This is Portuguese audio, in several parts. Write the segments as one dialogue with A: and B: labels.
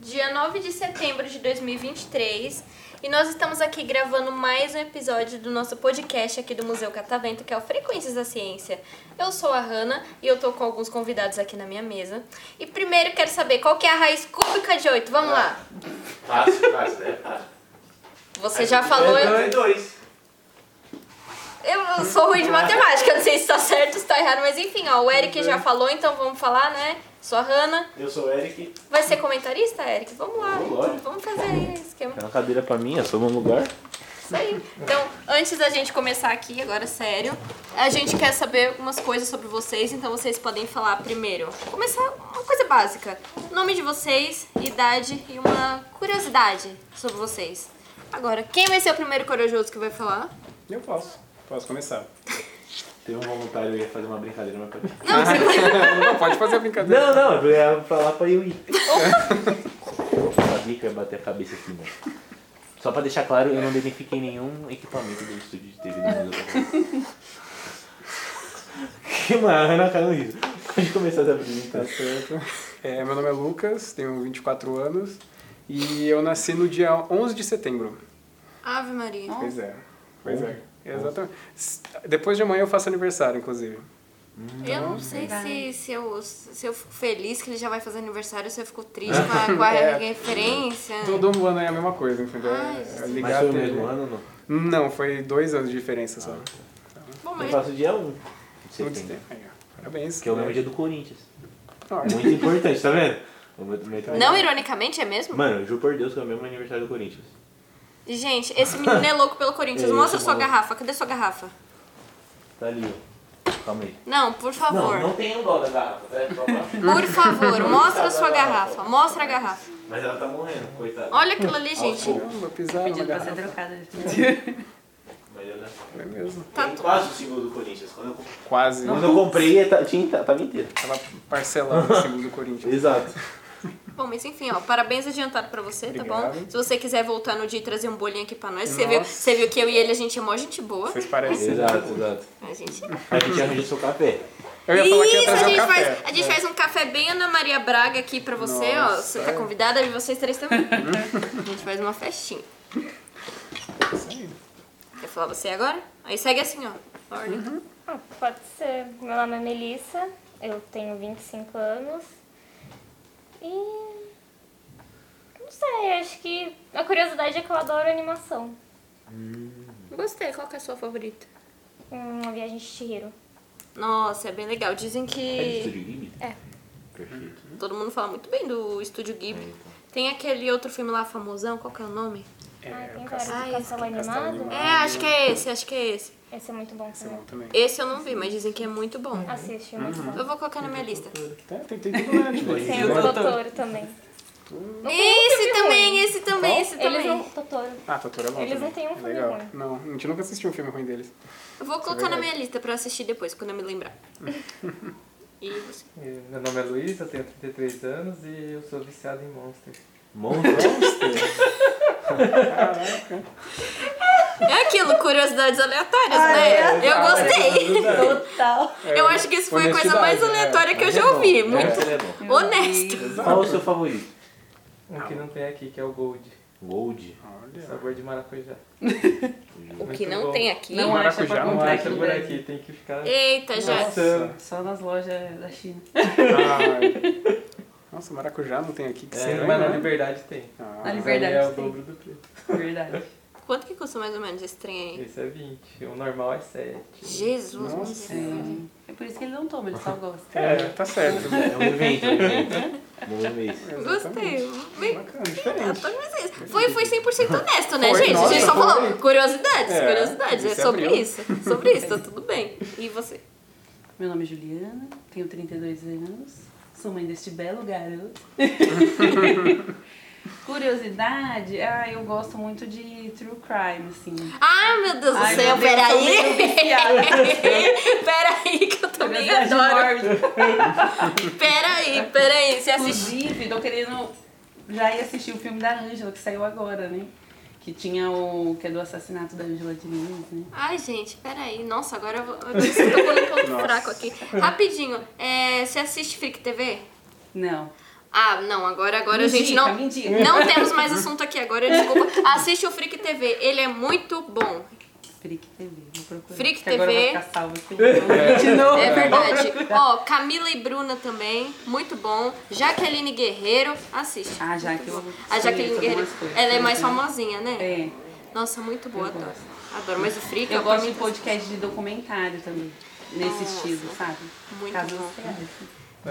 A: Dia 9 de setembro de 2023 e nós estamos aqui gravando mais um episódio do nosso podcast aqui do Museu Catavento, que é o Frequências da Ciência. Eu sou a Hanna e eu tô com alguns convidados aqui na minha mesa. E primeiro quero saber qual que é a raiz cúbica de 8. Vamos lá.
B: Fácil, fácil, né? Fácil.
A: Você já falou. Eu,
B: é dois.
A: eu sou ruim de matemática, não sei se tá certo ou se tá errado, mas enfim, ó, o Eric já falou, então vamos falar, né? Sou a Hanna.
B: Eu sou o Eric.
A: Vai ser comentarista, Eric? Vamos lá.
B: Vamos, lógico.
A: Vamos fazer aí o esquema.
C: É uma cadeira pra mim, é só um lugar.
A: Isso aí. Então, antes da gente começar aqui, agora sério, a gente quer saber algumas coisas sobre vocês, então vocês podem falar primeiro. Começar uma coisa básica: nome de vocês, idade e uma curiosidade sobre vocês. Agora, quem vai ser o primeiro corajoso que vai falar?
D: Eu posso. Posso começar.
B: Teve um voluntário que ia fazer uma brincadeira, mas pode. é
A: Não, você-
D: Não, pode fazer a brincadeira.
C: Não, não, eu ia falar pra eu ir. eu sabia que eu ia bater a cabeça aqui, mano. Só pra deixar claro, eu não identifiquei nenhum equipamento do estúdio de TV do Museu Que mano,
B: né,
C: Ana caiu nisso. Pode começar essa
D: Tá
C: apresentação.
D: certo. É, meu nome é Lucas, tenho 24 anos e eu nasci no dia 11 de setembro.
A: Ave Maria.
D: Pois é. Pois é.
C: Onze.
D: Exatamente. S- Depois de amanhã eu faço aniversário, inclusive.
A: Eu não sei se, se, eu, se eu fico feliz que ele já vai fazer aniversário, se eu fico triste com a, com a
D: É.
A: referência.
D: Todo ano é a mesma coisa, entendeu?
A: Ai,
D: É
A: Jesus.
C: Mas foi o
D: tele-
C: mesmo ano Ah, ou não?
D: Não, foi dois anos de diferença só.
A: Bom,
C: Eu
A: mas
C: faço dia 1 de
D: Muito
C: setembro.
D: tempo. Aí, ó. Parabéns.
C: Que é o mesmo dia do Corinthians.
D: Ó,
C: É Muito importante, tá vendo? O meu- meu-
A: não ironicamente é mesmo?
C: Mano, eu juro por Deus que é o mesmo aniversário do Corinthians.
A: Gente, esse menino é louco pelo Corinthians.
C: É,
A: Mostra
C: esse
A: sua
C: maluco.
A: garrafa. Cadê sua garrafa?
C: Tá ali, ó. Calma aí.
A: Não, por favor.
C: Não, não tem um dólar garrafa, velho. só pra-
A: Por favor, mostra a sua garrafa. Mostra a garrafa.
C: Mas ela tá morrendo, coitada.
A: Olha aquilo ali, gente.
D: Caramba, pisaram na
E: Pedindo pra ser
D: garrafa.
E: trocada.
C: Mas ela
D: É mesmo.
A: Tá
C: tem quase o símbolo do Corinthians. Quando eu, comp-
D: Quase.
C: Quando eu comprei, tá- tinha, tava inteira.
D: Tava parcelando o símbolo do Corinthians.
C: Exato.
A: Bom, mas enfim, ó. Parabéns adiantado pra você, tá bom?
D: Obrigado.
A: Se você quiser voltar no dia e trazer um bolinho aqui pra nós, você viu,
D: Nossa.
A: você viu que eu e ele, a gente é mó gente boa.
D: Vocês parecem.
C: Exato, exato.
A: A gente.
C: A gente arranja seu café.
D: Eu ia falar que ia
A: Isso, a
D: trazer um
A: gente,
D: café.
A: faz, a gente faz um café bem Ana Maria Braga aqui pra você, ó.
D: Nossa. Uhum.
A: Você tá convidada e vocês três também. a gente faz uma festinha. Quer falar você agora? Aí segue assim, ó. a Ordem.
D: Uhum.
F: Ah, Pode ser. Meu nome é Melissa, eu tenho 25 anos. E. Não sei, acho que a curiosidade é que eu adoro animação.
A: Gostei, qual que é a sua favorita?
F: Hum, a viagem de Chihiro.
A: Nossa, é bem legal. Dizem
C: É de
A: que
C: estúdio Ghibli?
F: É.
C: Perfeito.
A: todo mundo fala muito bem do Estúdio Ghibli.
C: É, então.
A: Tem aquele outro filme lá famosão, qual que é o nome?
F: Ai,
D: É,
F: tem
D: o
F: vários
D: café.
F: do castelo
D: Castelo
F: animado.
A: É,
D: Animado.
A: acho que é esse, acho que é esse.
F: Esse é muito bom
D: Esse é bom
F: também.
D: também.
A: Esse eu não vi, mas dizem que é muito bom.
F: Assiste, é muito bom.
A: Eu vou colocar na minha lista.
D: Tá, Tem, tem tudo lá, tipo,
F: Tem o Totoro também.
A: Esse também, esse também, esse
F: Eles
A: também.
F: não. Totoro.
D: Ah, Totoro é bom
F: Eles
D: também.
F: não têm um filme
D: Legal.
F: ruim.
D: Não, a gente nunca assistiu um filme ruim deles.
A: Eu vou colocar na
D: verdade.
A: minha lista pra assistir depois, quando eu me lembrar. E você?
G: Meu nome é Luiz, eu tenho 33 anos e eu sou viciado em Monster.
C: Monstro.
A: É aquilo, curiosidades aleatórias, né? Eu gostei.
E: Total.
A: Eu acho que isso foi a coisa mais
D: honestidade, é.
A: aleatória que eu
C: Mas
A: já
C: é bom,
A: ouvi.
C: é,
A: Muito
C: ele é bom.
A: honesto.
C: Qual o seu favorito?
G: Um que não tem aqui, que é o Gold.
C: Gold.
D: Olha,
G: Sabor de maracujá.
A: O
G: Muito
A: que não
G: bom.
A: tem aqui.
E: Não é. acha
D: Maracujá não
E: pra
G: Não
E: comprar
D: tem
E: aqui
G: acha
E: né? no
G: por
E: Brasil.
G: aqui, tem que ficar
A: Eita, já.
G: passando.
E: Só nas lojas da China.
D: ai. Nossa, maracujá não tem aqui. Que
G: É,
D: será,
G: mas na
D: né?
G: Liberdade tem.
E: Na
D: Ah,
G: Mas
E: Liberdade
G: aí é o
E: tem.
G: dobro do preço.
E: Verdade.
A: Quanto que custa mais ou menos esse trem aí?
G: Esse é 20, o normal é 7.
A: Jesus,
D: Nossa.
A: misericórdia.
E: É por isso que ele não toma, ele só gosta.
D: é, tá certo.
C: É um evento, é um evento. Bom evento.
A: Gostei. Bem,
D: Bacana, diferente.
A: mas isso. Foi, foi 100% honesto, né,
D: Foi,
A: gente? a gente
D: nossa,
A: só
D: foi.
A: falou curiosidades,
D: É,
A: curiosidades. É
D: você
A: sobre
D: abriu.
A: isso. Sobre isso, tá tudo bem. E você?
E: Meu nome é Juliana, tenho 32 anos, sou mãe deste belo garoto. Curiosidade, ah, eu gosto muito de true crime, assim.
A: Ah, meu Deus
E: Ai,
A: do céu,
E: meu Deus, tô meio
A: peraí.
E: viciada.
A: peraí, que eu também
E: Curiosidade
A: adoro.
E: mórbida.
A: Peraí, peraí. Você assistiu?
E: Inclusive, tô querendo já ir assistir o filme da Ângela, que saiu agora, né? Que tinha o. que é do assassinato da Angela Diniz, né?
A: Ai, gente, peraí. Nossa, agora eu, vou- eu tô com um ponto fraco aqui. Rapidinho, é, você assiste Freak TV?
E: Não.
A: Ah, não, agora, agora a
E: Me
A: gente
E: indica,
A: não.
E: me indica.
A: Não temos mais assunto aqui agora, desculpa. Assiste o Freak TV, ele é muito bom.
E: Freak TV, vou procurar.
A: Freak
E: que agora
A: TV.
E: vai ficar salvo aqui. De novo.
A: É verdade. Ó, Camila e Bruna também, muito bom. Jaqueline Guerreiro, assiste.
E: Ah, já que eu.
A: A Jaqueline
E: conheço
A: Guerreiro,
E: algumas coisas.
A: ela é mais famosinha, né?
E: É.
A: Nossa, muito boa,
E: Eu
A: adoro.
E: gosto.
A: Adoro, mas o Freak
E: Eu
A: pra
E: gosto
A: mim, tá
E: de podcast de documentário também. Nesse
A: Nossa.
E: estilo, sabe?
A: Muito
E: Casos
A: bom.
E: reais.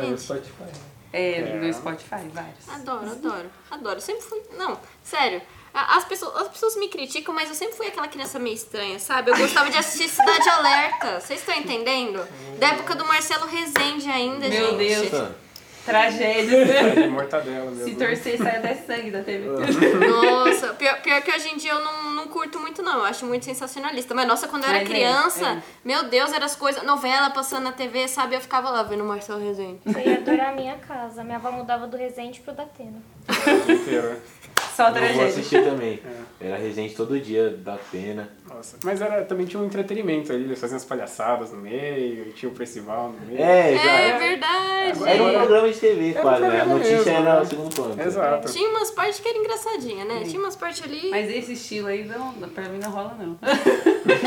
G: É, o Spotify. né?
E: É, no Spotify, vários.
A: Adoro, adoro, adoro. Sempre fui. Não, sério. a- As pessoas, as pessoas me criticam, mas eu sempre fui aquela criança meio estranha, sabe? Eu gostava de assistir Cidade Alerta. Vocês estão entendendo? Da época do Marcelo Rezende ainda,
E: Meu
A: gente.
E: Deus. Tragédia.
D: De mortadela,
E: Se
D: mesmo. né?
E: torcer, sai até sangue da TV.
A: Ah. Nossa, pior, pior que hoje em dia eu não, não curto muito, não. Eu acho muito sensacionalista. Mas nossa, quando eu era
E: Mas é,
A: criança,
E: é.
A: meu Deus, eram as coisas. Novela passando na TV, sabe? Eu ficava lá vendo o Marcelo Rezende.
F: Você ia adorar a minha casa. Minha avó mudava do Resende pro Datena.
D: Inteiro, né?
E: Só
C: Eu vou
E: tragédia.
C: assistir também.
D: É.
C: Era Resident todo dia, da pena.
D: Nossa. Mas era, também tinha um entretenimento ali, eles faziam as palhaçadas no meio, tinha o festival no meio.
C: É,
A: É
C: exato.
A: verdade.
C: Era um programa de TV,
D: Era um
C: quase. né? A
D: programa
C: notícia
D: mesmo,
C: era
D: né?
C: o segundo plano.
D: Exato.
A: Tinha umas partes que era engraçadinha, né? Tinha umas partes ali.
E: Mas esse estilo aí, não, pra mim não rola, não.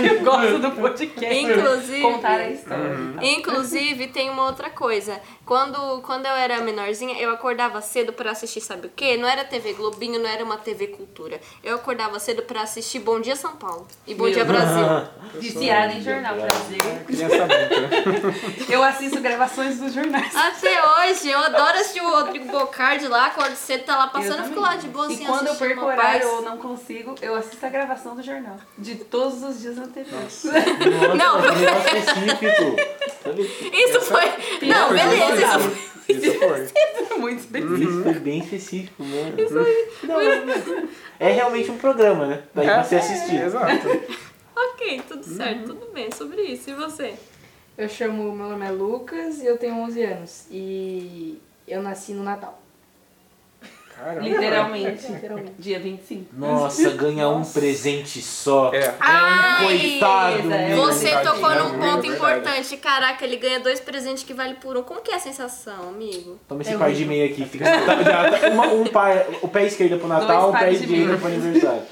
E: Eu gosto do podcast.
A: Inclusive-
E: Contar a história.
A: Uhum. Inclusive, tem uma outra coisa. Quando, quando eu era menorzinha, eu acordava cedo pra assistir, sabe o quê? Não era TV Globinho, não era uma TV Cultura. Eu acordava cedo pra assistir Bom Dia São Paulo e Bom
E: Meu
A: Dia
E: Deus.
A: Brasil.
E: Viciada em jornal, prazer.
D: Criança adulta.
E: Eu assisto gravações dos jornais.
A: Até hoje, eu adoro assistir o Rodrigo Bocardi lá, acordo cedo, tá lá passando, eu,
E: também.
A: fico lá de boa assim,
E: E quando eu
A: assistindo
E: perco
A: uma
E: horário
A: paz.
E: ou não consigo, eu assisto a gravação do jornal. De todos os dias anteriores.
C: Nossa,
A: Não.
C: um programa específico. Sabe?
A: Isso foi. Não,
E: Isso foi
A: beleza, isso
E: saudável.
A: foi.
D: Isso foi.
E: Muito
D: Uhum.
E: específico.
C: Isso foi bem específico, mano. Não, não. É realmente um programa, né? Daí pra
D: É,
C: você assistir.
D: Exato.
A: Ok, tudo certo, tudo bem, sobre isso. E você?
H: Eu chamo, meu nome é Lucas e eu tenho 11 anos. E eu nasci no Natal,
F: É
D: Caramba.
E: Literalmente.
H: literalmente.
E: Dia 25.
C: Nossa, ganhar um presente só.
D: É.
A: Ai!
C: Coitado,
E: beleza, é
C: meu.
A: Você
D: verdade,
A: tocou
D: né?
A: num
D: É
A: ponto
D: verdade.
A: importante. Caraca, ele ganha dois presentes que vale por um. Como que é a sensação, amigo?
C: Toma esse par de meia aqui. Fica tá- já tá- uma- um par, o pé esquerdo pro Natal,
E: Dois
C: o pé
E: pares de
C: direito
E: meia.
C: pro aniversário.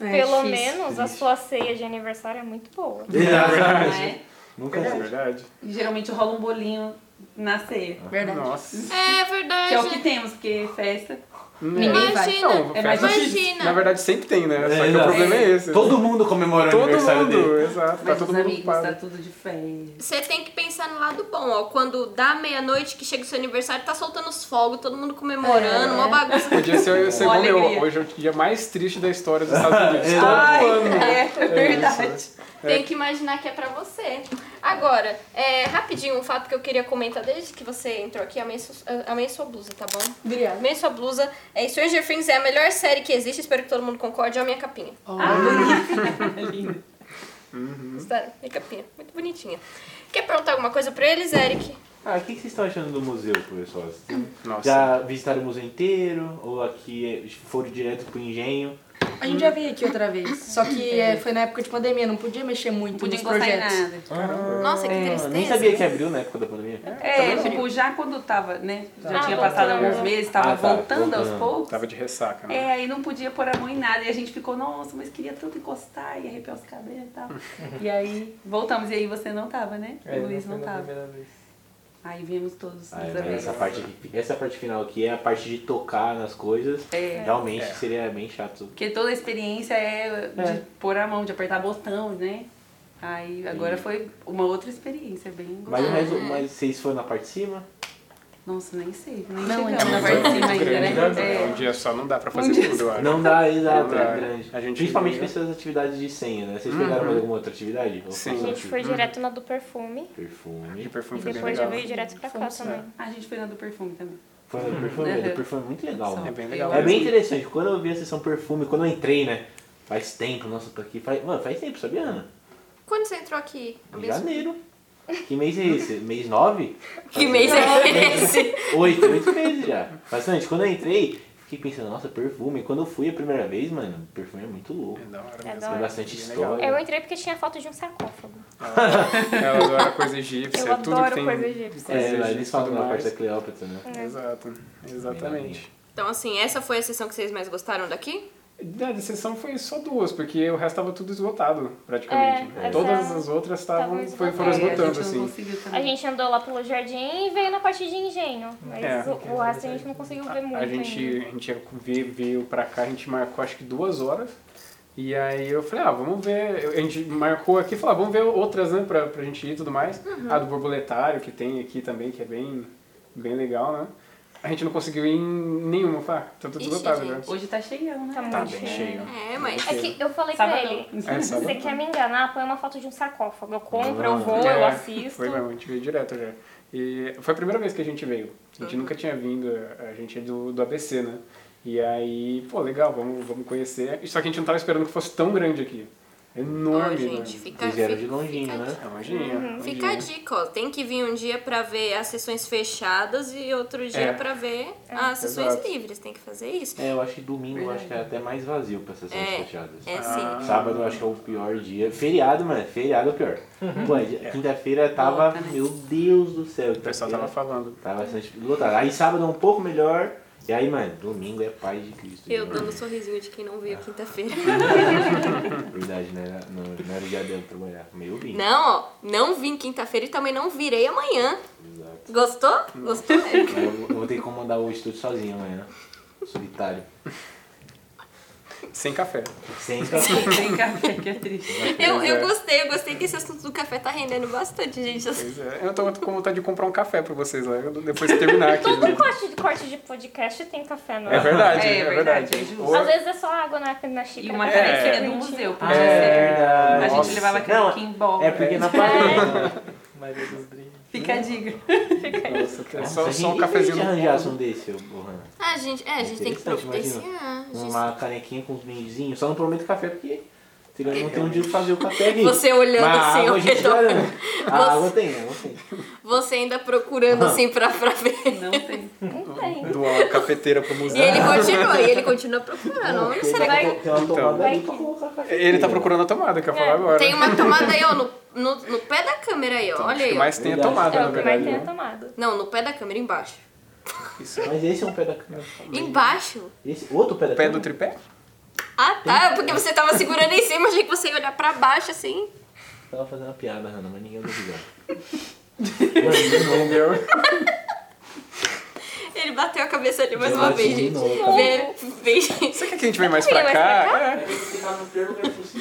H: É
F: Pelo
H: difícil.
F: menos a sua ceia de aniversário é muito boa.
C: Exato.
E: Não é?
C: Nunca
D: É
C: vi.
D: verdade.
E: E geralmente rola um bolinho na ceia.
H: Verdade.
D: Nossa.
A: É verdade.
E: Que é o que temos, porque festa.
D: É.
E: Ninguém vai.
A: Imagina.
D: Não,
E: É mais
D: festa-
A: difícil.
D: Na verdade sempre tem, né? Só que
C: É,
D: o problema é esse.
C: Todo mundo comemora o
D: Todo
C: aniversário
D: mundo,
C: dele.
D: exato. Tá
E: Mas
D: todo
E: os
D: mundo
E: amigos,
D: ocupado.
E: tá tudo de festa.
A: Você tem que pensar no lado bom, ó. Quando dá meia-noite, que chega o seu aniversário, tá soltando os fogos, todo mundo comemorando, uma bagunça.
D: Podia ser o segundo
E: alegria.
D: meu. Hoje é o dia mais triste da história dos Estados Unidos.
C: É.
D: Todo
E: Ai,
D: ano.
E: é, é verdade.
A: Tem que imaginar que é pra você. Agora, é, rapidinho, um fato que eu queria comentar desde que você entrou aqui. Amei su- ah, amei sua blusa, tá bom?
H: Obrigada.
A: Amei sua blusa. É, Stranger Things é a melhor série que existe. Espero que todo mundo concorde. É a minha capinha.
E: Lindo.
A: Gostaram? Minha capinha. Muito bonitinha. Quer perguntar alguma coisa pra eles, Eric?
C: Ah, o que que vocês estão achando do museu, professor?
D: Nossa.
C: Já visitaram o museu inteiro? Ou aqui é- foram direto pro engenho?
H: A gente já veio aqui outra vez, só que é, foi na época de pandemia, não podia mexer muito
E: Não podia
H: nos
E: encostar em
H: projetos.
E: nada.
A: Nossa, que
C: É, Eu
A: tristeza.
C: Ah, nem sabia que abriu na época da pandemia.
E: É, tipo, já quando tava, né? Já
F: Ah,
E: tinha
F: voltando.
E: passado alguns meses, tava
C: Ah, tá,
E: voltando aos
C: voltando.
E: poucos.
D: Tava de ressaca, né?
E: É, aí não podia pôr a mão em nada. E a gente ficou, nossa, mas queria tanto encostar e arrepiar os cabelos e tal. e aí voltamos. E aí você não tava, né?
G: É,
E: o Luiz
G: foi
E: não
G: na
E: tava.
G: primeira vez.
E: Aí viemos todos
C: Ah,
E: os
C: mas
E: amigos.
C: essa parte, aqui- essa parte final aqui é a parte de tocar nas coisas.
E: É.
C: Realmente
D: É.
C: seria bem chato.
E: Porque toda a experiência é de pôr a mão, de apertar botão, né? Aí agora
C: Sim.
E: foi uma outra experiência, é bem gostosa.
C: Mas, o resto- mas vocês foram na parte de cima?
E: Nossa, nem sei, nem
H: Não,
E: chegamos na
H: ainda
E: parte de cima
D: Muito
E: ainda,
D: grande,
E: né?
D: né?
E: É.
D: Um dia só não dá pra fazer tudo, eu acho.
C: Não dá, exato,
D: Não dá.
C: é grande.
D: A gente
C: Principalmente
D: ia- Uhum.
C: com essas atividades de senha, né? Vocês pegaram mais alguma outra atividade? Ou
D: Sim.
F: A
C: foi só
F: gente foi direto na do perfume
D: E
C: Perfume.
D: o perfume
F: e
D: foi bem
F: depois já
D: legal.
F: veio direto pra cá também.
E: A gente foi na do perfume também.
C: Foi no perfume?
E: Uhum.
C: O perfume é muito legal,
E: Só.
D: É
C: mano.
D: bem legal.
C: É bem interessante. Quando eu vi a sessão perfume, quando eu entrei, né? Faz tempo, nossa, eu tô aqui. Faz, mano, faz tempo, sabia, Ana?
A: Quando você entrou aqui? É
C: Em
A: Abençoe.
C: janeiro. Que mês é esse? Mês 9?
A: Que mês é esse?
C: Oito, oito meses já. Bastante. Quando eu entrei, fiquei, fiquei pensando, nossa, perfume. Quando eu fui a primeira vez, mano, perfume é muito louco.
D: É da hora
F: É
D: mesmo.
F: da
C: Tem
F: hora.
C: bastante
D: Bem legal. É
C: história.
F: Eu entrei porque tinha foto de um sarcófago.
D: Ela adora coisa egípcia,
F: Eu
D: é tudo
F: adoro
D: que tem.
F: coisa egípcia.
C: É,
D: coisa
C: eles
D: egípcia e
C: falam
D: tudo
C: na
D: mais.
C: parte da Cleópatra, né?
D: Exato, exatamente.
A: Então, assim, essa foi a sessão que vocês mais gostaram daqui?
D: Da da sessão foi só duas, porque o resto tava tudo esgotado, praticamente.
F: É,
D: Todas
F: essa-
D: as outras estavam
F: estavam
D: foi- foram
F: esgotadas.
E: É, a
D: esgotando,
E: gente não
D: assim.
E: conseguiu também.
F: A gente andou lá pelo jardim e veio na parte de engenho. Mas
D: É.
F: o, o resto a gente não conseguiu ver muito
D: A gente,
F: ainda.
D: a gente veio, veio pra cá, a gente marcou acho que duas horas. E aí eu falei, ah, vamos ver. A gente marcou aqui e falou, ah, vamos ver outras, né, pra, pra gente ir e tudo mais. A do borboletário que tem aqui também, que é bem, bem legal, né? A gente não conseguiu ir em nenhuma, Fá. Tá tudo
A: Ixi,
D: esgotado,
A: gente.
D: né?
E: Hoje tá cheião, né?
F: Tá
D: Tá
F: muito
D: bem
F: cheio.
D: cheio.
A: É, mas.
F: É que eu falei pra
E: Sabadão.
F: ele,
D: É,
F: se
D: sabe?
F: você quer me enganar, põe uma foto de um sarcófago. Eu compro, eu vou,
D: É,
F: eu assisto.
D: Foi mesmo, a gente veio direto já. E foi a primeira vez que a gente veio. A gente nunca tinha vindo, a gente é do, do ABC, né? E aí, pô, legal, vamos, vamos conhecer. Só que a gente não tava esperando que fosse tão grande aqui. É Enorme,
A: Ó, gente,
D: né?
A: fica,
C: Eles vieram de
A: fica,
C: longinho,
A: fica
C: né?
D: É uma ginha. uma
A: Fica a
D: ginha.
A: dica, ó. Tem que vir um dia pra ver as sessões fechadas e outro dia
D: É.
A: pra ver as sessões
D: Exato.
A: livres. Tem que fazer isso.
C: É, eu acho que domingo eu acho que é até mais vazio pra sessões
A: É,
C: fechadas.
A: É sim.
C: Sábado eu acho que é o pior dia. Feriado, mano, feriado é o pior. Pô, dia- quinta-feira tava.
E: Lota, né?
C: Meu Deus do céu.
D: Uhum. O pessoal tava falando.
C: Tava bastante lotado. Aí sábado é um pouco melhor. E aí, mano, domingo é paz de Cristo.
A: Eu
C: né?
A: dando um sorrisinho de quem não veio quinta-feira.
C: Verdade, né? Não, não era o dia dela trabalhar. Meio bem.
A: Não, ó. Não vim quinta-feira e também não virei amanhã.
C: Exato.
A: Gostou? Gostou? né?
C: Aí Eu, eu vou ter que comandar o estúdio sozinho amanhã. Solitário.
D: Sem café.
C: Sem café.
E: Sem café, que é triste.
A: Eu,
D: Pois é.
A: eu gostei, eu gostei que esse assunto do café tá rendendo bastante, gente.
D: Pois é. Eu tô com vontade de comprar um café pra vocês lá, depois que terminar aqui.
F: Todo
D: né?
F: corte de, corte de podcast tem café, não
D: É verdade,
E: É,
D: é,
E: verdade,
D: verdade.
E: é justo.
D: Ou-
F: Às vezes é só água na, na
E: E
F: xícara. É.
E: uma
C: É.
F: café
E: canequinha
F: quentinho.
E: do museu, podia ser.
C: Ah,
E: é. A
D: nossa.
E: gente levava
C: é Não,
E: aquele kimball.
C: É porque na parte.
E: É.
G: Maria dos Drinks.
E: Fica a dica.
D: Nossa, é só,
C: Nossa,
D: só um
C: e se a gente
D: cafezinho no
C: arranjasse um
D: fundo.
C: desse, ô, ô, Hannah?
A: Ah, gente, é, a gente tem que
C: Interessante, imagina.
A: providenciar. a gente-
C: Uma canequinha com os brindezinhos. Só não prometo café porque senão eu não tem onde fazer o café aqui.
A: Você olhando
C: Mas a
A: assim,
C: água
A: ao
C: a gente
A: redor.
C: garante. A água tem, a água tem.
A: Você ainda procurando assim pra, pra ver.
E: Não tem.
F: Não tem.
D: Do uma cafeteira pro museu.
A: E ele continua, e ele continua procurando. Onde será que
C: Tem uma tomada ali pra
F: Vai que-
C: colocar café.
D: Ele tá procurando a tomada, que eu ia falar agora.
A: Tem uma tomada aí, ó, no, no, no pé da câmera aí, ó.
D: Então,
A: Olha
D: acho que
A: aí. ó.
D: mais tem a
C: Verdade.
D: tomada,
F: É
D: na
F: o que mais
D: verdade.
F: tem
D: né?
F: é tomada.
A: Não, no pé da câmera, embaixo.
C: Mas esse é um pé da câmera.
A: Embaixo?
C: Esse outro pé da
D: O pé
C: câmera.
D: do tripé?
A: Ah, tá. é Porque você tava segurando em cima, achei que você ia olhar pra baixo assim.
C: Tava fazendo uma piada, Hannah, mas ninguém deu risada.
D: Entendeu?
A: Ele bateu a cabeça ali mais
C: Eu
A: uma
C: bati
A: vez,
C: de
A: gente.
C: novo, cara.
A: Vê, vê, gente.
D: Você quer que a gente venha mais pra cá? É.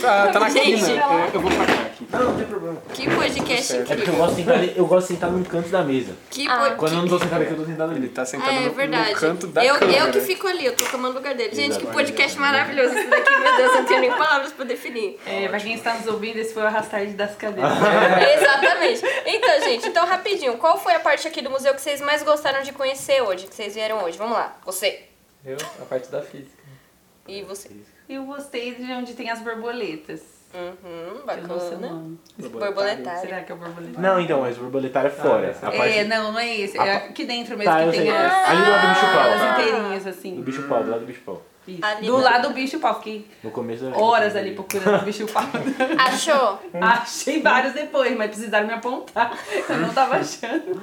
D: Tá, tá na
A: Gente,
D: quina. É, Eu vou pra cá aqui.
C: Não, não tem problema.
A: Que podcast
C: É porque
A: incrível.
C: eu gosto de sentar, eu gosto de sentar num canto da mesa.
A: Que
F: Ah.
A: po-
C: Quando eu não tô sentado aqui, eu tô sentado
D: Ele
C: ali.
D: tá sentado
A: Ah, é
D: no,
A: verdade.
D: no canto da
A: eu,
D: câmera. né? tá
A: eu que fico ali, eu tô tomando o lugar dele. Gente, que
C: Exato.
A: podcast maravilhoso esse daqui, meu Deus, eu não tenho nem palavras pra definir.
E: É, pra quem está nos ouvindo, esse foi o arrastar das cadeiras.
A: Exatamente. Então, gente, então rapidinho, qual foi a parte aqui do museu que vocês mais gostaram de conhecer hoje, que vocês vieram hoje? Vamos lá, você
G: Eu, a parte da física.
A: e você.
E: Eu gostei de onde tem as borboletas.
A: Uhum,
E: Eu não sei o
A: bacana.
E: nome.
A: Borboletário.
E: Será que é o borboleta?
C: Não, então, mas o borboletário é fora.
G: Ah,
C: a
E: É,
C: parte
E: não, não é esse. É aqui dentro mesmo
C: Tá, eu
E: que
C: sei.
E: tem as,
C: Ali do lado do bicho pau.
E: as inteirinhas, assim.
C: Do bicho pau, do lado do bicho pau.
E: Isso.
A: Ali
E: Do
A: mesmo.
E: lado do bicho pau. Fiquei
C: No começo era-
E: horas ali procurando o bicho pau.
A: Achou?
E: Achei vários depois, mas precisaram me apontar. Eu não tava achando.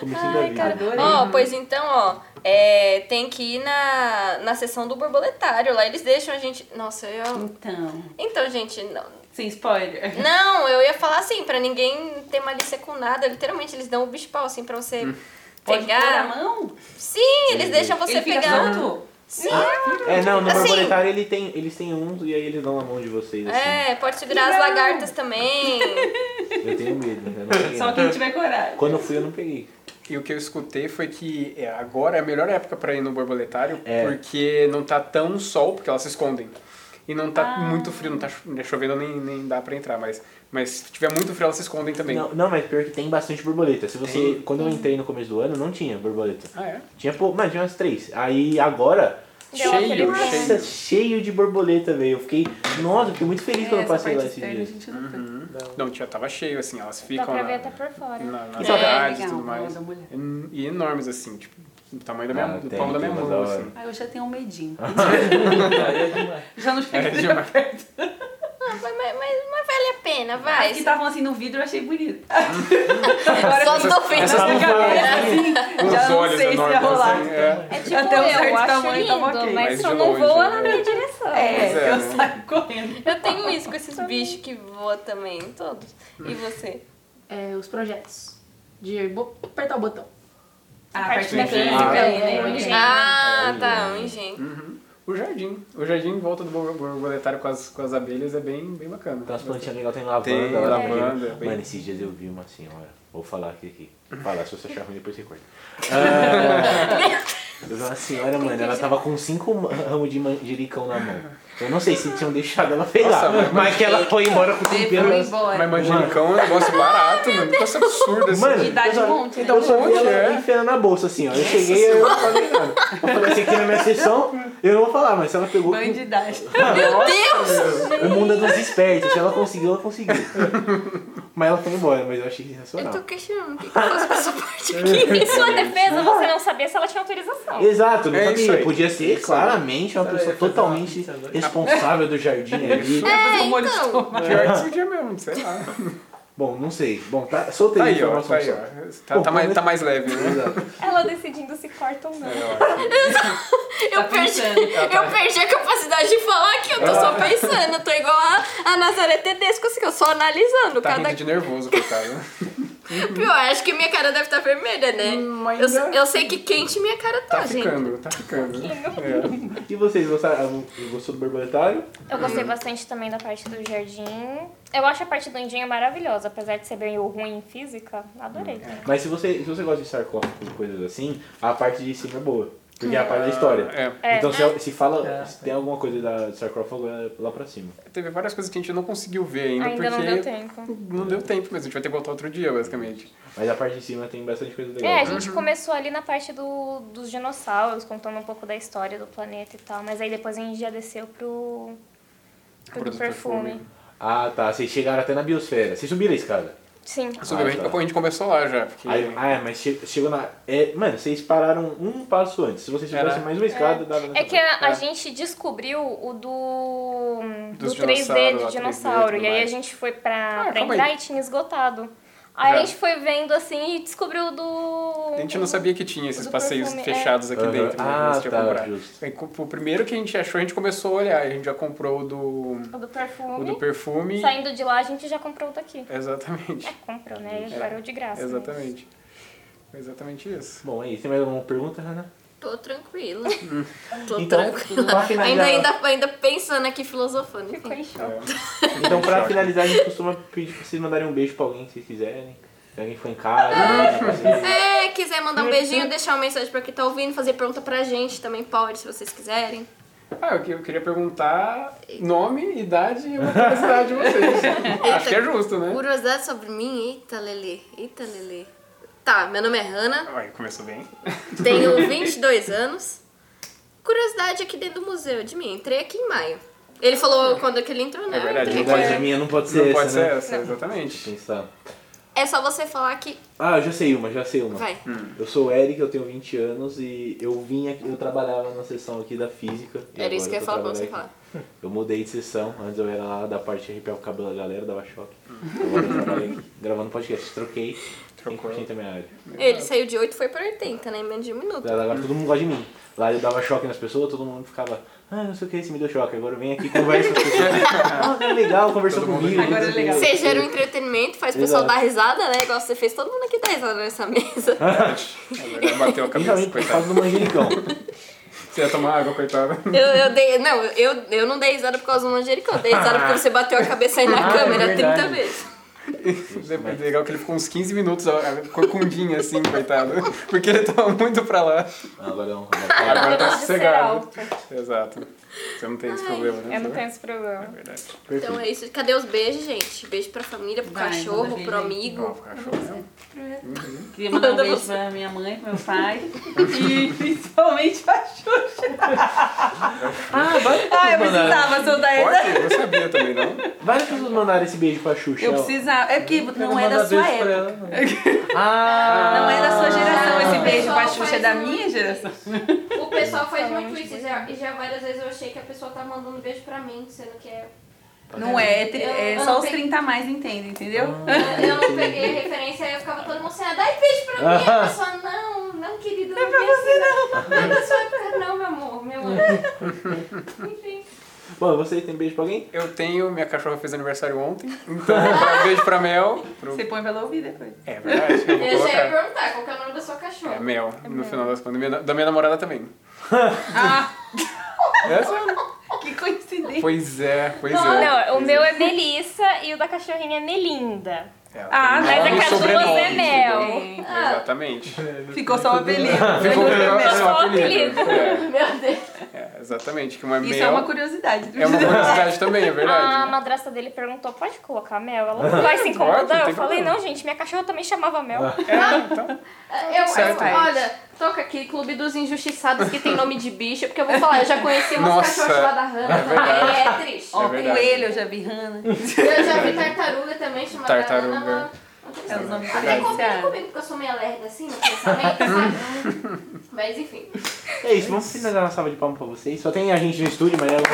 C: Comecinho da vida.
E: Adorei.
A: Ó, pois então, ó, é, tem que ir na, na sessão do borboletário. Lá eles deixam a gente. Nossa, eu.
E: Então, Hum,
A: Então, gente, não,
E: sem spoiler.
A: Não, eu ia falar assim, pra ninguém ter malícia com nada. Literalmente, eles dão o bicho pau, assim, pra você
E: Pode pôr a
A: pegar.
E: mão?
A: Sim, eles
C: Ele-
A: deixam você
E: Ele fica
A: pegar.
E: solto?
A: Sim.
C: É, não, no
A: Assim-
C: borboletário ele tem, eles têm uns e aí eles dão na mão de vocês, assim.
A: É, pode segurar as lagartas também.
C: Eu tenho medo, né? eu não peguei.
E: Só quem tiver coragem.
C: Quando eu fui eu não peguei.
D: E o que eu escutei foi que é, agora é a melhor época pra ir no borboletário,
C: É.
D: porque não tá tão sol, porque elas se escondem. E não tá muito frio, não tá cho- chovendo, nem, nem dá pra entrar, mas, mas se tiver muito frio, elas se escondem também.
C: Não, não, mas pior que tem bastante borboleta. Se você.
D: Tem.
C: Quando eu entrei no começo do ano, não tinha borboleta.
D: Ah, é?
C: Tinha pô, mas tinha umas três. Aí agora.
F: Deu aquele
D: Cheio,
F: branco.
C: Nossa,
D: cheio.
C: cheio de borboleta, velho. Eu fiquei. Nossa, eu fiquei muito feliz quando eu
E: É, essa
C: passei
E: parte
C: lá esses
E: externa a
C: dias.
E: gente não foi.
D: Não, já tava cheio, assim, elas
F: Dá
D: ficam
F: pra ver
D: na,
F: até por fora.
D: na, na
C: só-
D: cidade e
E: É, legal,
D: tudo mais. Uhum.
E: vou dar uma olhada.
D: E enormes, assim, tipo, do tamanho da minha,
C: Ah,
D: do
C: tem,
D: palmo da
C: tem
D: minha
C: uma
D: mão,
C: da hora.
D: assim.
E: Aí eu já tenho um medinho.
G: Aí é demais.
E: Já não
D: É,
E: chega
D: de uma-
A: Ah, mas, mas, mas- mas vale a pena, vai.
E: As que estavam assim no vidro eu achei bonito. Agora
A: Só tô vendo.
E: Essas
A: Essa
E: na cabeça, assim, já
D: Os
E: não
D: olhos
E: sei se ia
D: enormes,
E: rolar.
D: assim, é.
F: É tipo,
E: Até um certo
F: eu acho
E: tamanho
F: lindo,
E: tava ok,
F: mas
D: mas
F: só
D: de
F: não
D: longe,
F: voa
D: né?
F: na minha direção.
E: É,
D: Pois é,
E: eu
D: né?
E: saio correndo.
A: Eu tenho isso com esses bichos que voam também, todos. E você?
H: É, os projetos. De bo- apertar o botão.
E: Ah, a
F: parte
E: parte
F: da
E: mecânica
F: física
E: aí,
F: né?
E: né?
A: Ah, tá, um engenho.
D: Uhum. O jardim. O jardim em volta do bor- borboletário com as, com as abelhas é bem, bem bacana.
C: Tem umas plantinhas legais, tem lavanda,
D: Tem
C: lavanda.
D: lavanda, bem-
C: Mano, esses dias eu vi uma senhora. Vou falar aqui. aqui. Falar, se você achar ruim, depois você corta. Ah, eu vi uma senhora, mano, ela tava com cinco ma- ramos de manjericão na mão. Eu não sei se tinham deixado ela pegar, mas, que ela foi embora com o
E: Levou
C: pelo.
E: embora.
D: Mas manjericão é um negócio barato, mano. Que coisa absurda, assim.
C: Mano,
E: Idade
C: eu só-
E: monte, né?
C: então eu só vi
D: Monte,
C: ela
D: é.
C: enfiando na bolsa assim, ó. Eu cheguei e eu não falei nada. Eu falei assim, aqui na minha sessão, eu não vou falar, mas se ela pegou.
E: um Bandidagem.
A: Meu Deus!
C: O mundo é dos espertos. Se ela conseguiu, ela conseguiu. mas ela foi embora, mas eu achei
A: Eu
C: sensacional.
A: tô questionando o que que eu faço com essa parte aqui.
F: Em sua defesa, você não sabia se ela tinha autorização.
C: Exato, não
D: É isso
C: sabia.
D: aí.
C: Podia ser claramente uma
G: Sabe,
C: pessoa
G: ia fazer
C: totalmente
G: uma pizza agora.
C: responsável do jardim ali.
E: Depois com um molho de
A: então.
E: estômago.
C: é.
D: Pior que podia mesmo, sei lá.
C: Bom, não sei. Bom, tá, soltei
D: Tá aí, ó.
C: informação
D: Tá aí,
C: só.
D: ó. Tá,
C: Pô, é
D: tá mais,
C: quando-
D: tá mais leve, né?
C: Exato.
F: Ela decidindo se corta ou não.
A: Eu,
E: Tá
A: perdi,
E: pensando.
A: eu perdi a capacidade de falar que eu tô só pensando. Eu tô igual a, a Nazaré Tedesco, assim, eu só analisando
D: Tá
A: cada
D: rindo de nervoso, coitado.
A: Pior, acho que minha cara deve estar vermelha, né?
D: mas
A: eu,
D: ainda-
A: eu sei que quente minha cara tá,
D: Hum, Tá
A: gente.
D: ficando, tá ficando. É.
C: E vocês ah, gostaram? Gostou do borboletário?
F: Eu gostei bastante também da parte do jardim. Eu acho a parte do engenho maravilhosa, apesar de ser meio ruim em física,
D: Hum, é.
F: adorei.
C: Mas se você, se você gosta de sarcófago e coisas assim, a parte de cima é boa. Porque é a parte da história.
D: É.
F: É.
C: Então se, se fala,
G: É.
C: se tem alguma coisa da do sarcófago é lá pra cima.
D: Teve várias coisas que a gente não conseguiu ver ainda,
F: Ainda
D: porque
F: não deu tempo.
D: não deu tempo mesmo. A gente vai ter que voltar outro dia, basicamente.
C: Mas a parte de cima tem bastante coisa legal. né?
F: É, a gente
D: Uhum.
F: começou ali na parte do, dos dinossauros, contando um pouco da história do planeta e tal, mas aí depois a gente já desceu pro, pro
D: Pro
F: do
D: do
F: perfume.
D: perfume.
C: Ah tá, vocês chegaram até na biosfera. Vocês subiram a escada.
F: Sim.
D: Sobre
C: Ah,
D: a, gente,
C: tá.
D: a gente começou lá já, porque...
C: Aí, ah, é, mas che- chegou na. é, mano, vocês pararam um passo antes. Se vocês tivessem
D: Era.
C: mais uma escada, dava nessa
F: É que a, a
D: É.
F: gente descobriu o do, do
D: Dos dinossauros,
F: 3D do
D: lá, 3D e
F: dinossauro.
D: tudo
F: E aí a
D: mais.
F: gente foi pra,
D: Ah,
F: pra
D: calma
F: entrar
D: aí.
F: e tinha esgotado. Aí a
D: Já.
F: gente foi vendo assim e descobriu o do.
D: A gente não sabia que tinha esses
F: Do
D: passeios
F: perfume, é.
D: fechados aqui
C: Aham.
D: dentro, né?
C: Ah,
D: que você
C: tá,
D: tinha comprado.
C: justo.
D: Aí, com- o primeiro que a gente achou, a gente começou a olhar. A gente já comprou o do,
F: O do
D: o
F: perfume.
D: do perfume.
F: Saindo de lá, a gente já comprou o daqui.
D: Exatamente.
F: É, comprou, né? E Agora é o de graça. né?
D: Exatamente. Exatamente isso.
C: Bom, é isso. Tem mais alguma pergunta, Hannah?
A: Tô tranquila. Tô
C: Então,
A: tranquila.
C: pra
A: Ainda,
C: finalizar,
A: ainda, ainda pensando aqui, filosofando.
F: Ficou em choque.
C: então, pra finalizar, a gente costuma pedir pra vocês mandarem um beijo pra alguém, se vocês quiserem. Se alguém for em casa, né, pra vocês-
A: Ah, É, quiser mandar um beijinho, deixar uma mensagem pra quem tá ouvindo, fazer pergunta pra gente também pode, se vocês quiserem.
D: Ah, eu, que- eu queria perguntar nome, idade e uma curiosidade de vocês. Acho que é justo, né?
A: Curiosidade sobre mim? Eita, Lele. Eita, Lele. Tá, meu nome é Hanna,
D: Aí, começou bem.
A: tenho 22 anos. Curiosidade aqui dentro do museu de mim, entrei aqui em maio. Ele falou quando que ele entrou, né?
D: É verdade,
A: Eu
C: Não
A: entrei
C: pode
A: aqui.
C: ser minha, não pode ser
D: Não
C: essa,
D: pode ser
C: né?
D: essa, exatamente.
C: Pensar.
A: É só você falar que
C: Ah, eu já sei uma, já sei uma.
A: vai.
C: Eu sou o Eric, eu tenho 20 anos e eu vim aqui, eu trabalhava na sessão aqui da física. e
A: Era isso que
C: agora
A: eu ia
C: tô
A: falar pra você
C: trabalhando
A: falar.
C: aqui. Eu mudei de sessão, antes eu era lá da parte de arrepiar o cabelo da galera, dava choque. Agora eu trabalho aqui, gravando podcast, troquei
D: Hum. Trocou.
C: 100% da minha área.
A: Ele saiu de 8 e foi pra 80, né? Em menos de um minuto.
C: Agora todo mundo gosta de mim. Lá eu dava choque nas pessoas, todo mundo ficava, ah, não sei o que, esse me deu choque. Agora vem aqui e conversa com as pessoas. Ah, é legal, conversou
D: Todo mundo
C: comigo.
E: aqui. Agora é legal.
A: Você gera um entretenimento, faz o pessoal
C: Exato.
A: dar risada, né? Igual você fez, todo mundo aqui dá risada nessa mesa.
D: Agora bateu a cabeça,
C: Principalmente por
D: coitado.
C: causa do manjericão.
D: Você ia tomar água, coitado.
A: Eu, eu dei. Não, eu, eu não dei risada por causa do manjericão, eu dei risada porque você bateu a cabeça aí na
C: Ah, é
A: câmera 30
C: verdade.
A: vezes.
D: Depois, né? é legal que ele ficou uns 15 minutos ó, corcundinho assim, coitado. Porque ele tava muito pra lá.
C: Ah, Agora é um.
D: Agora tá
F: Todo mundo de ser
D: sossegado.
F: alto.
D: Exato. Você não tem esse problema, né?
F: Eu não
D: Zé?
F: tenho esse
D: É
F: problema.
D: verdade.
A: Então é isso. Cadê os beijos, gente? Beijo pra família, pro
E: Vai, manda
A: cachorro,
E: beijo
A: pro
E: aí.
A: amigo.
D: Ó, o cachorro é mesmo.
E: Queria mandar um
A: Manda
E: beijo
A: você.
E: pra minha mãe, pro meu pai e principalmente pra Xuxa.
C: Ah, vai.
E: Ah, eu precisava soltar essa.
D: Pode? Eu não sabia também, não.
C: Várias pessoas mandaram esse beijo pra Xuxa.
E: Eu
C: ó.
E: precisava. É porque não é
G: Manda
E: da sua
G: beijo pra
E: época.
G: ela, mano.
C: Ah!
E: Não é da sua geração esse
A: Ah.
E: beijo pra
A: Pessoal,
E: Xuxa, é
A: faz
E: da
A: um-
E: minha geração.
A: O pessoal faz muito isso e já, e já várias vezes eu achei que a pessoa tá mandando beijo pra mim, sendo que é.
E: Não é, é, é
A: Eu- eu
E: só
A: não
E: os
A: peguei.
E: 30 a mais entendem, entendeu?
D: Ah,
A: Eu não peguei a referência, aí eu ficava toda emocionada. Ai, "Ah, beijo pra mim! A pessoa, não, não, querido. Ah. Não é pra você, não. Não é da sua época, não, meu amor, meu amor. Enfim.
C: Bom, você tem beijo pra alguém?
D: Eu tenho, minha cachorra fez aniversário ontem, então pra- beijo pra Mel. pro-
E: Você põe pra ela ouvir depois.
D: É verdade, eu vou
A: Eu já ia
D: colocar.
A: perguntar qual que é o nome da sua cachorra.
D: É Mel, no final das contas. Da minha- Da minha namorada também.
E: Ah,
D: Essa?
E: que coincidência.
D: Pois é, pois
F: Não,
D: é.
F: não, o meu é Melissa e o da cachorrinha é Melinda.
D: Ela
E: Ah,
D: tem
E: mas
D: um nome
E: a
D: e
E: cachorra
D: sobrenome,
F: é Mel.
D: entendeu? Exatamente.
E: Ficou só o apelido.
D: Ficou
E: Mas não foi
D: o
E: Mel.
D: seu
F: só o
D: apelido. É,
A: Meu Deus.
D: é, exatamente, que uma
E: Isso
D: Mel
E: é uma curiosidade. do
D: é uma curiosidade também, é
F: A
D: verdade.
F: madrasta dele perguntou, pode colocar Mel? Ela não vai se
D: Pode, não
F: incomodar.
D: tem
F: Eu falei,
D: problema.
F: não, gente, minha cachorra também chamava Mel.
A: Eu,
D: Certo.
A: eu- olha, toca aqui, Clube dos Injustiçados que tem nome de bicha, porque eu vou falar, eu já conheci umas
D: Nossa.
A: cachorras lá da Hannah também, é triste.
E: Ó,
D: É verdade.
E: coelho, eu já vi Hannah.
A: Eu já vi tartaruga também, chamada
D: Tartaruga.
A: Hannah.
E: É os nomes
A: Até combina
E: diferenciados.
A: comigo, porque eu sou meio alérgica assim no pensamento, sabe? Mas enfim.
C: É isso, vamos finalizar uma salva de palmas pra é vocês. Só tem a gente no estúdio, mas ela.